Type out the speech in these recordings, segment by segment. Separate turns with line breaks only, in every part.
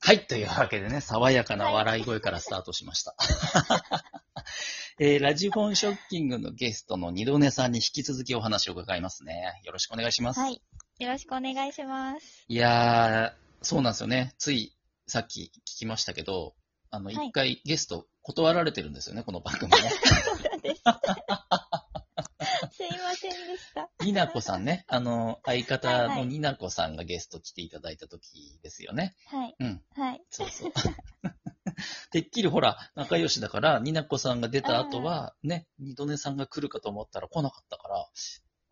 はい、というわけでね、爽やかな笑い声からスタートしました。 えーラジフォンショッキングのゲストの二度寝さんに引き続きお話を伺いますね。よろしくお願いします。
はい。よろしくお願いします。
いやー、そうなんですよね。ついさっき聞きましたけど、あの、
い
一回ゲスト断られてるんですよね、この番組 ね。
そうなんです。すいませんでした。
になこさんね、あの、相方
はいは
の
い
になこさんがゲスト来ていただいた時ですよね。
はい。
うん、
はい。
そうそう。てっきりほら、仲良しだから、になこさんが出た後は、ね、二度寝さんが来るかと思ったら来なかったから、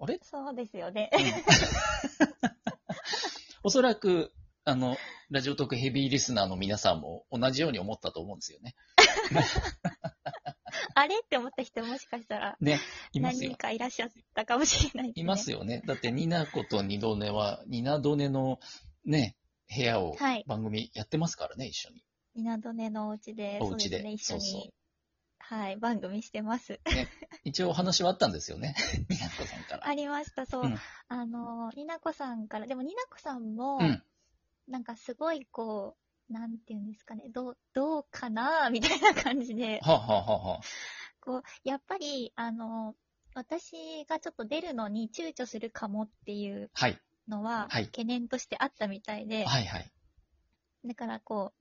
あれ
そうですよ ね。
おそらく、あの、ラジオトークヘビーリスナーの皆さんも同じように思ったと思うんですよね。
あれって思った人もしかしたら
ね、いま
何
すよ
人。かいらっしゃったかもしれないです、ね。
いますよね。だって、ニナコとニドネは、ニナドネのね、部屋を
はい
番組やってますからね、一緒に。
港根のお家で、
お家で
そうですね、一緒
そう
に。はい、番組してます。
一応お話はあったんですよ ね、ニナコさんから。
ありました、そう。
うん
あの、になこさんから、でもになこさんも、
うん。
なんかすごいこう、なんていうんですかね、どう、どうかなみたいな感じで、
はあ、はあはあはあ、
こう、やっぱり、あの、私がちょっと出るのに躊躇するかもっていう
はい。
のは、
はい
懸念としてあったみたいで、
はいはい。
だからこう、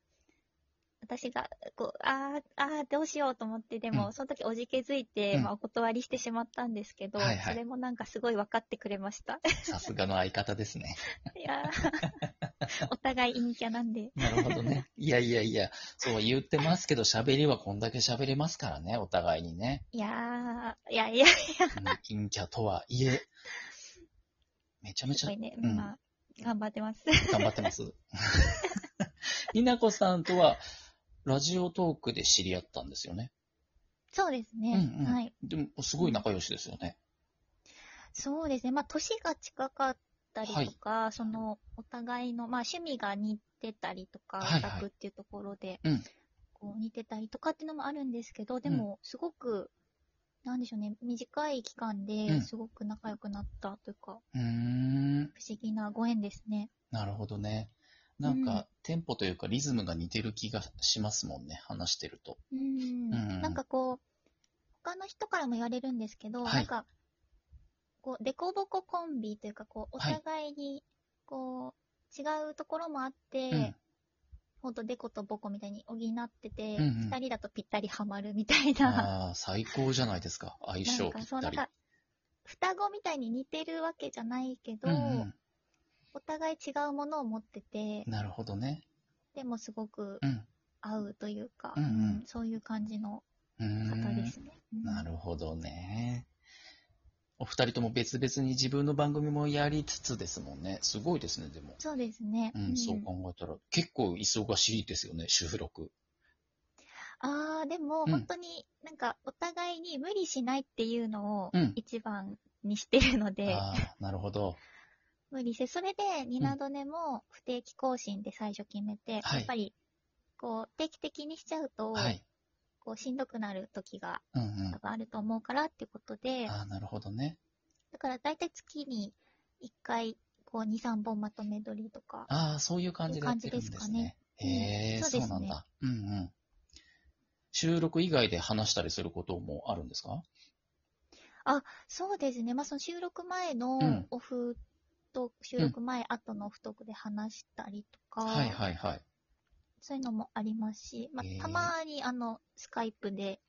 私が、こう、あー、あー、どうしようと思って、でも、
うん
その時おじけづいて、
うん
まあ、お断りしてしまったんですけど、
はいはい
それもなんかすごい分かってくれました。
さすがの相方ですね。
いや ーお互い陰キャなんで。
なるほどね。いやいやいや、そう言ってますけど、喋りはこんだけ喋れますからね、お互いにね。
いやー、いや いや、
うん陰キャとはいえ、めちゃめち
す
ゃ
ごいね、
うん
まあ、頑張ってます。
頑張ってます。 ニナコさんとは、ラジオトークで知り合ったんですよね。
そうですね、
うんうん
はい。
でも、すごい仲良しですよね。
そうですね、まあ、年が近かったりとか、そのお互いの、まあ、趣味が似てたりとか、
はいはい
オタクっていうところで、
うん
こう似てたりとかっていうのもあるんですけど、でも、すごく、なんでしょうね、短い期間
う
で
ん
すごく仲良くなったというか、
うーん。
不思議なご縁ですね。
なるほどね。なんか、
うん
テンポというかリズムが似てる気がしますもんね、話してると。
うん
うん
なんかこう、他の人からも言われるんですけど、
はい
なんか、こう、デコボココンビというか、こう、お
はい
互いに、こう、違うところもあって、
うん
ほんとデコとボコみたいに補ってて、二、
うんうん
人だとぴったりハマるみたいな。
ああ、最高じゃないですか。相
な
性
ん
ぴ
か
っ
そう、
た
なん
り。
か、双子みたいに似てるわけじゃないけど、
うんう
お互い違うものを持ってて
ん。、なるほどね。
でもすごく
うん。
合うというか、
うんうん
うんそういう感じの
うー
方で
ん
すね。
な
る
るほどね。お二人とも別々に自分の番組もやりつつですもんね。すごいですね、でも。
そうですね。
うん、そう考えたら、結構忙しいですよね、収録。
ああ、で
う
も
ん
本当になんかお互いに無理しないっていうのを
うん
一番にしてるので、
ああ、なるほど。
無理せ、それでニナドネも不定期更新で最初決めて、
はい
やっぱりこう定期的にしちゃうと、
はい。
こうしんどくなる時が
うんう
多
ん。
分あると思うからっていうことで、
ああ、なるほどね。
だから大体月に1回こう2、3本まとめ撮りとか、
ああ、そういう感じでやってるんですね。
いう感じですかね
へえ、
うん
そ
そううですね
なんだ。うんうん。収録以外で話したりすることもあるんですか
そうですね、まあその収録前
うん
のオフトーク、収録前後のオフトークで話したりとか、
はいはいはい。
そういうのもありますし、ま
へー
あ、たまにあのスカイプで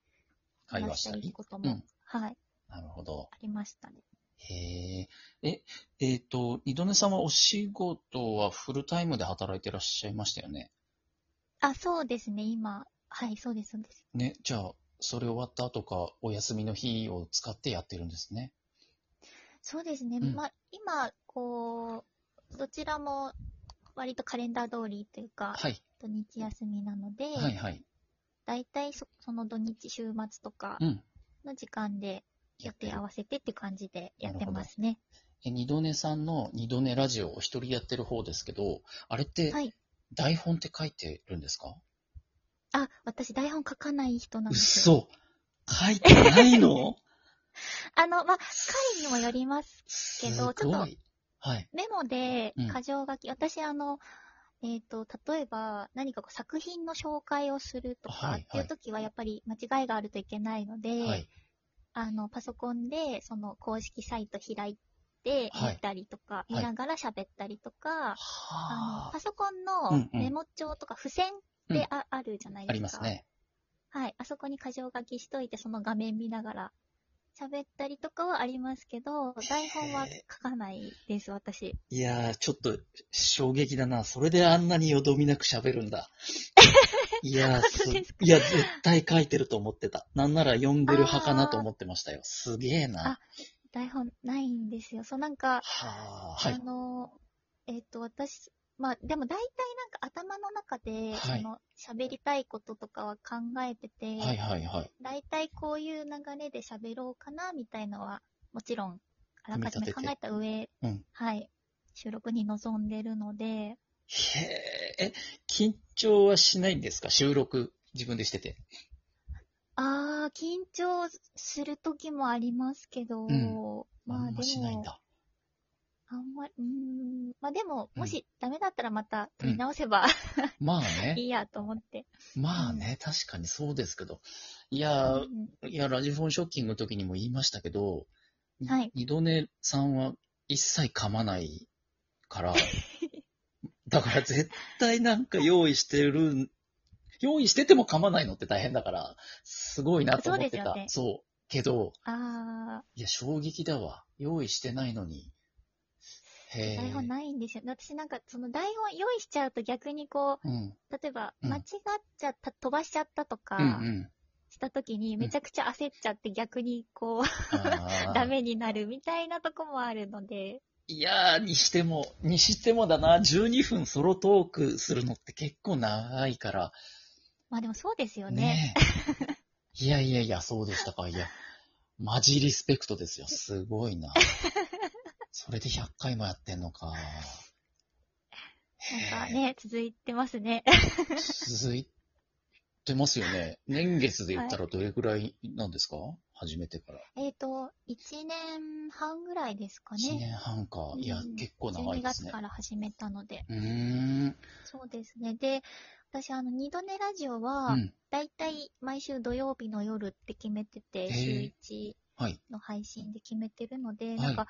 会
話
話
し
したた
り
り
と。こと
う
も
ん、
はい、
なるほど。
ありましたね。
へえ。え、えっ、と、二度寝さんはお仕事はフルタイムで働いてらっしゃいましたよね。
あ、そうですね、今、はい、そうです、そうです。
ね、じゃあ、それ終わった後か、お休みの日を使ってやってるんですね。
そうですね、
うん
まあ、今、こう、どちらも割とカレンダー通りというか、
はい。
土日休みなので、
はいはい。
だいたいそその土日、週末とか
うん。
の時間で予定合
わ
わせてっていう感じでやってますね。
え、二度寝さんの二度寝ラジオを一人でやってる方ですけど、あれって
はい。
台本って書いてるんですか、
あ、私台本書かない人なんですよ。
嘘書いてない の
あの、まあ、回にもよります
す
けどちょっと
ごい。はい。
メモで
うん
箇条書き、私あの、えっ、と、例えば何かこう作品の紹介をすると
は
か
い
っていう時はやっぱり間違いがあるといけないので、
はい。
あの、パソコンでその公式サイト開いて
はい
見たりとか、
い
見ながら喋ったりとか、あの、
はあ。
パソコン
うん
の
うん
メモ帳とか付箋ってあ,、あるじゃないです
あ
か。
りますね。
はい。あそこに箇条書きしといて、その画面見ながら喋ったりとかはありますけど、台本は書かないです、私。
いやー、ちょっと衝撃だな。それであんなによどみなく喋るん だ。いやー、す、
本当
い
ですか
や、絶対書いてると思ってた。なんなら読んでる派かなと思ってましたよ。すげえな。
台本ないんですよ。そう、なんか、
はあ、は
あ
い。
の、えっ、と、私、まあ、でも大体なんか頭の中で、
はい
その、喋りたいこととかは考えてて、
はいはいはい。
大体こういう流れで喋ろうかな、みたいのは、もちろん、あらかじめ考
組み
え
立
た上、
うん
はい、収録に臨んでるので、
へえ、え緊張はしないんですか収録、自分でしてて。
あー、緊張する時もありますけど、
うんあ
まあ
ん
で
ましないん
も、
だ。
あんまり、うーん、まあでも、
うん
もしダメだったらまた取り直せば、
まあね、
いいやと思って。
まあね、確かにそうですけど。いやー、
うん
いや、ラジフォンショッキングの時にも言いましたけど、
はい
二度寝さんは一切噛まない から、だから絶対なんか用意してる、用意してても噛まないのって大変だから、すごいなと思ってた。
そうです
そうけど、
あー、
いや、衝撃だわ。用意してないのに。へえ。
台本ないんですよ。私なんか、その台本用意しちゃうと逆にこ
うん。
う、例えば、
うん
間違っちゃった、飛ばしちゃったと
うん
か
う、ん。
した時に、めちゃくちゃ焦っちゃって逆に こう、
あー
ダメになるみたいなとこもあるので、
いやー、にしても、にしてもだな、12分ソロトークするのって結構長いから、
まあでもそうですよね。
ね え。いやいやいや、そうでしたか。いや、マジリスペクトですよ。すごい な。それで100回もやってんのか。
なんか
へえ
ね、続いてますね。
続いてますよね。年月で言ったらどれぐらいなんですか、始めてから。
えっと、1年半ぐらいですか
1
ね。
年半か。いや
うん、
結構長いです
12
ね
月。から始めたので。
うーん。
そうですね。で、私、あの、二度寝ラジオ
う
は、
ん。
だいたい毎週土曜日の夜って決めて
へ
て、
え
週1
はい。
の配信で決めてるの
い
で、なんか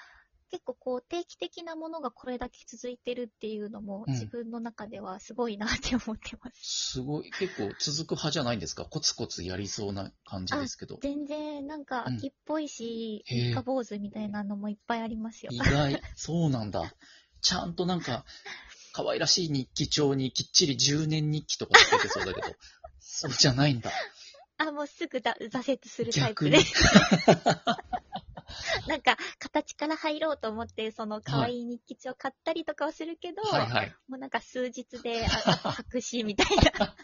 結構こう定期的なものがこれだけ続いてるっていうのも
うん
自分の中ではすごいなって思っ てます。
すごい。結構続く派じゃないんですかコツコツやりそうな感じですけど。
全然なんか秋っぽいし、
うんへえ
三日坊主みたいなのもいっぱいありますよ。
意外、そうなんだ。ちゃんとなんか、可愛らしい日記帳にきっちり10年日記とかつけてそうだけど、そうじゃないんだ。
あ、もうすぐだ挫折するタイ
逆
プ
に
で。。 なんか形から入ろうと思ってその可愛い日記帳買ったりとかはするけど、
はいはい。
もうなんか数日 であ白紙みたいな。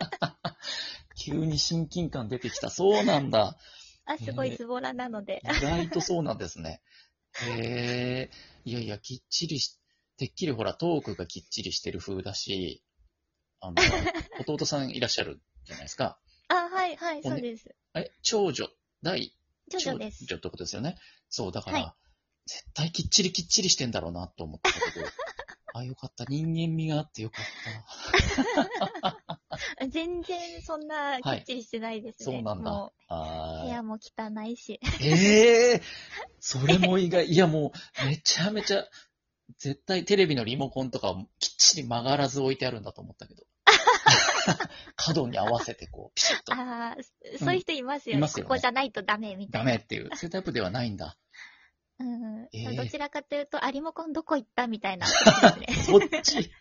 急に親近感出てきた。そうなんだ。
あ、すごいズボラなので。
意外とそうなんですね。へえ。いやいや、きっちりし、てっきりほら、トークがきっちりしてる風だし、あの、弟さんいらっしゃるじゃないですか。
あ、はいはい、
ご
そ
めん
うです。
え、長女、第
徐々です。
長女ってことですよね。そう、だから、
は
絶対きっちりきっちりしてんだろうなと思ってたけど、 あ、よかった。人間味があってよかった。
全然そんなきっちりしてないですね。
はいそうなんだ
もう部
あ
屋も汚いし。
ーええそれも 意外。いや、もう、めちゃめちゃ、絶対テレビのリモコンとかもきっちり曲がらず置いてあるんだと思った けど。角に合わせてこう、ピシッと。
ああ、そそういう人いますよ,、
い
ね
ますよね
ここじゃないとダメみた
ダ
いな。
メっていう、そういうタイプではないんだ。
うん
えー
どちらかというと、あリモコンどこ行った みたいな感じですね。
そっち。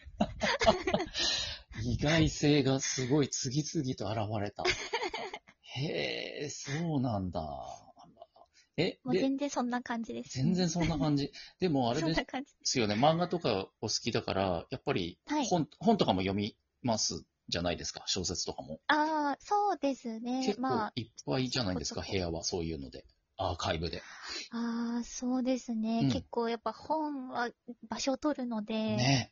意外性がすごい次々と現れた。へえ、そうなんだ。え、
もう
で、
全然そんな感じです。
全然そんな感じ。でもあれ
そん
で
な感じ。
すよね、漫画とかお好きだから、やっぱり
はい
本,、本とかも読みますじゃないですか、小説とかも。
ああ、そうですね
結。
ま
構
あ、
いっぱいじゃないですか、
ちょこ
部屋はそういうので。アーカイブで。
ああ、そうですね、
うん
結構やっぱ本は場所を取るので、
ね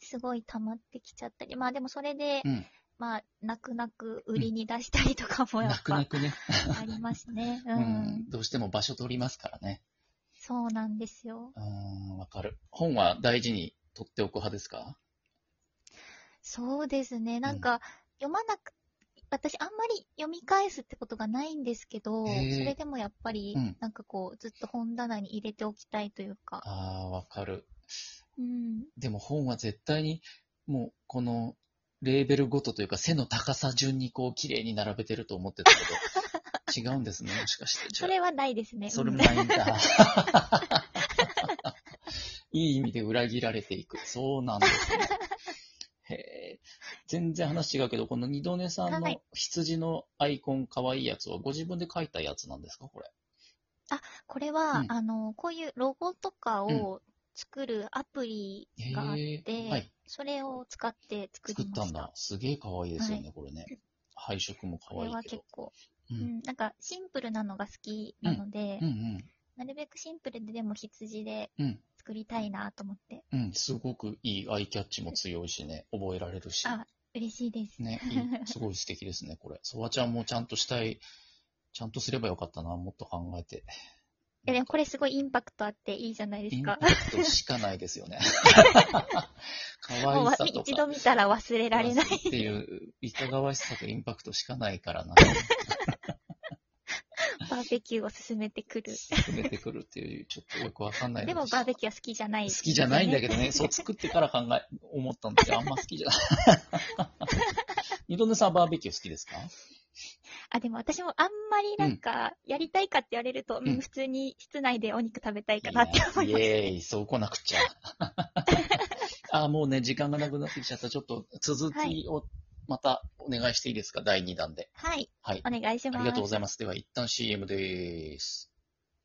すごい溜まってきちゃったり。まあでもそれで、
うん
まあ、泣く泣く売りに出したりとかもやっ
泣く
ぱ
泣くね、
ありま すね。う
うんん。。どうしても場所取りますからね。
そうなんですよ。
うーん、わかる。本は大事に取っておく派ですか
そうですね。なんか、読まなく、私あんまり読み返すってことがないんですけど、そ
へえ
れでもやっぱり
うん、
なんかこう、ずっと本棚に入れておきたいというか、
ああ、わかる。
うん。
でも本は絶対に、もう、この、レーベルごとというか、背の高さ順にこう、綺麗に並べてると思ってたけ ど、違うんですね、もしかして。じゃ
そ
あ
れはないですね。
それ
う
も
ん
ないんだ。 いい意味で裏切られていく。そうなんですね。へえ全然話違うけど、この二度寝さん
は
の
い
羊のアイコン可愛いやつはご自分で描いたやつなんですかこれ。
これは、
うん
あの、こういうロゴとかを作るアプリ
へえ
があって、
はい。
それを使って作
作っ
りました。
たんだ。すげえ可愛いですよね、これね。配色も可
これ
愛い
は
け
結
ど。
構、
う
うんん、なんかシンプルなのが好きなので、
うんうん。
なるべくシンプルででも羊で
うん
作りたいなと思って、
うん、すごくいいアイキャッチも強いしね、覚えられるし。
あ嬉しいです。
ね、いいすごい素敵ですね、これ。 ソワちゃんもちゃんとしたい、ちゃんとすればよかったな、もっと考えて。
いやでもこれすごいインパクトあっていいじゃないで
イ
す
ンパ
か。
クトしかないですよ ね。可
もう
愛
わ
さとか。
一度見たら忘れられない。
っ ていう、いかがわしさとインパクトしかないから な。
バーベキューを進めてくる。
進めてくるっていう、ちょっとよくわかんないの
でもバーベキューは好きじゃない、
好きじゃないんだ
け
けど ね、そう作ってから考え、思ったんだけど、あんま好きじゃない。二度寝さんバーベキュー好きですか
ど。あ、でも私もあんまりなんか、やりたいかって言われると、うん
うん
普通に室内でお肉食べたいかなって思い
イ
ます。
エーイ、そう来なく ちゃ。あー、もうね、時間がなくなってきちゃった。ちょっと続きをまたお願いしていいですか、第2弾で。
はい、
はい。
お願いし
あ
ます。
りがとうございます。では、一旦 CM です。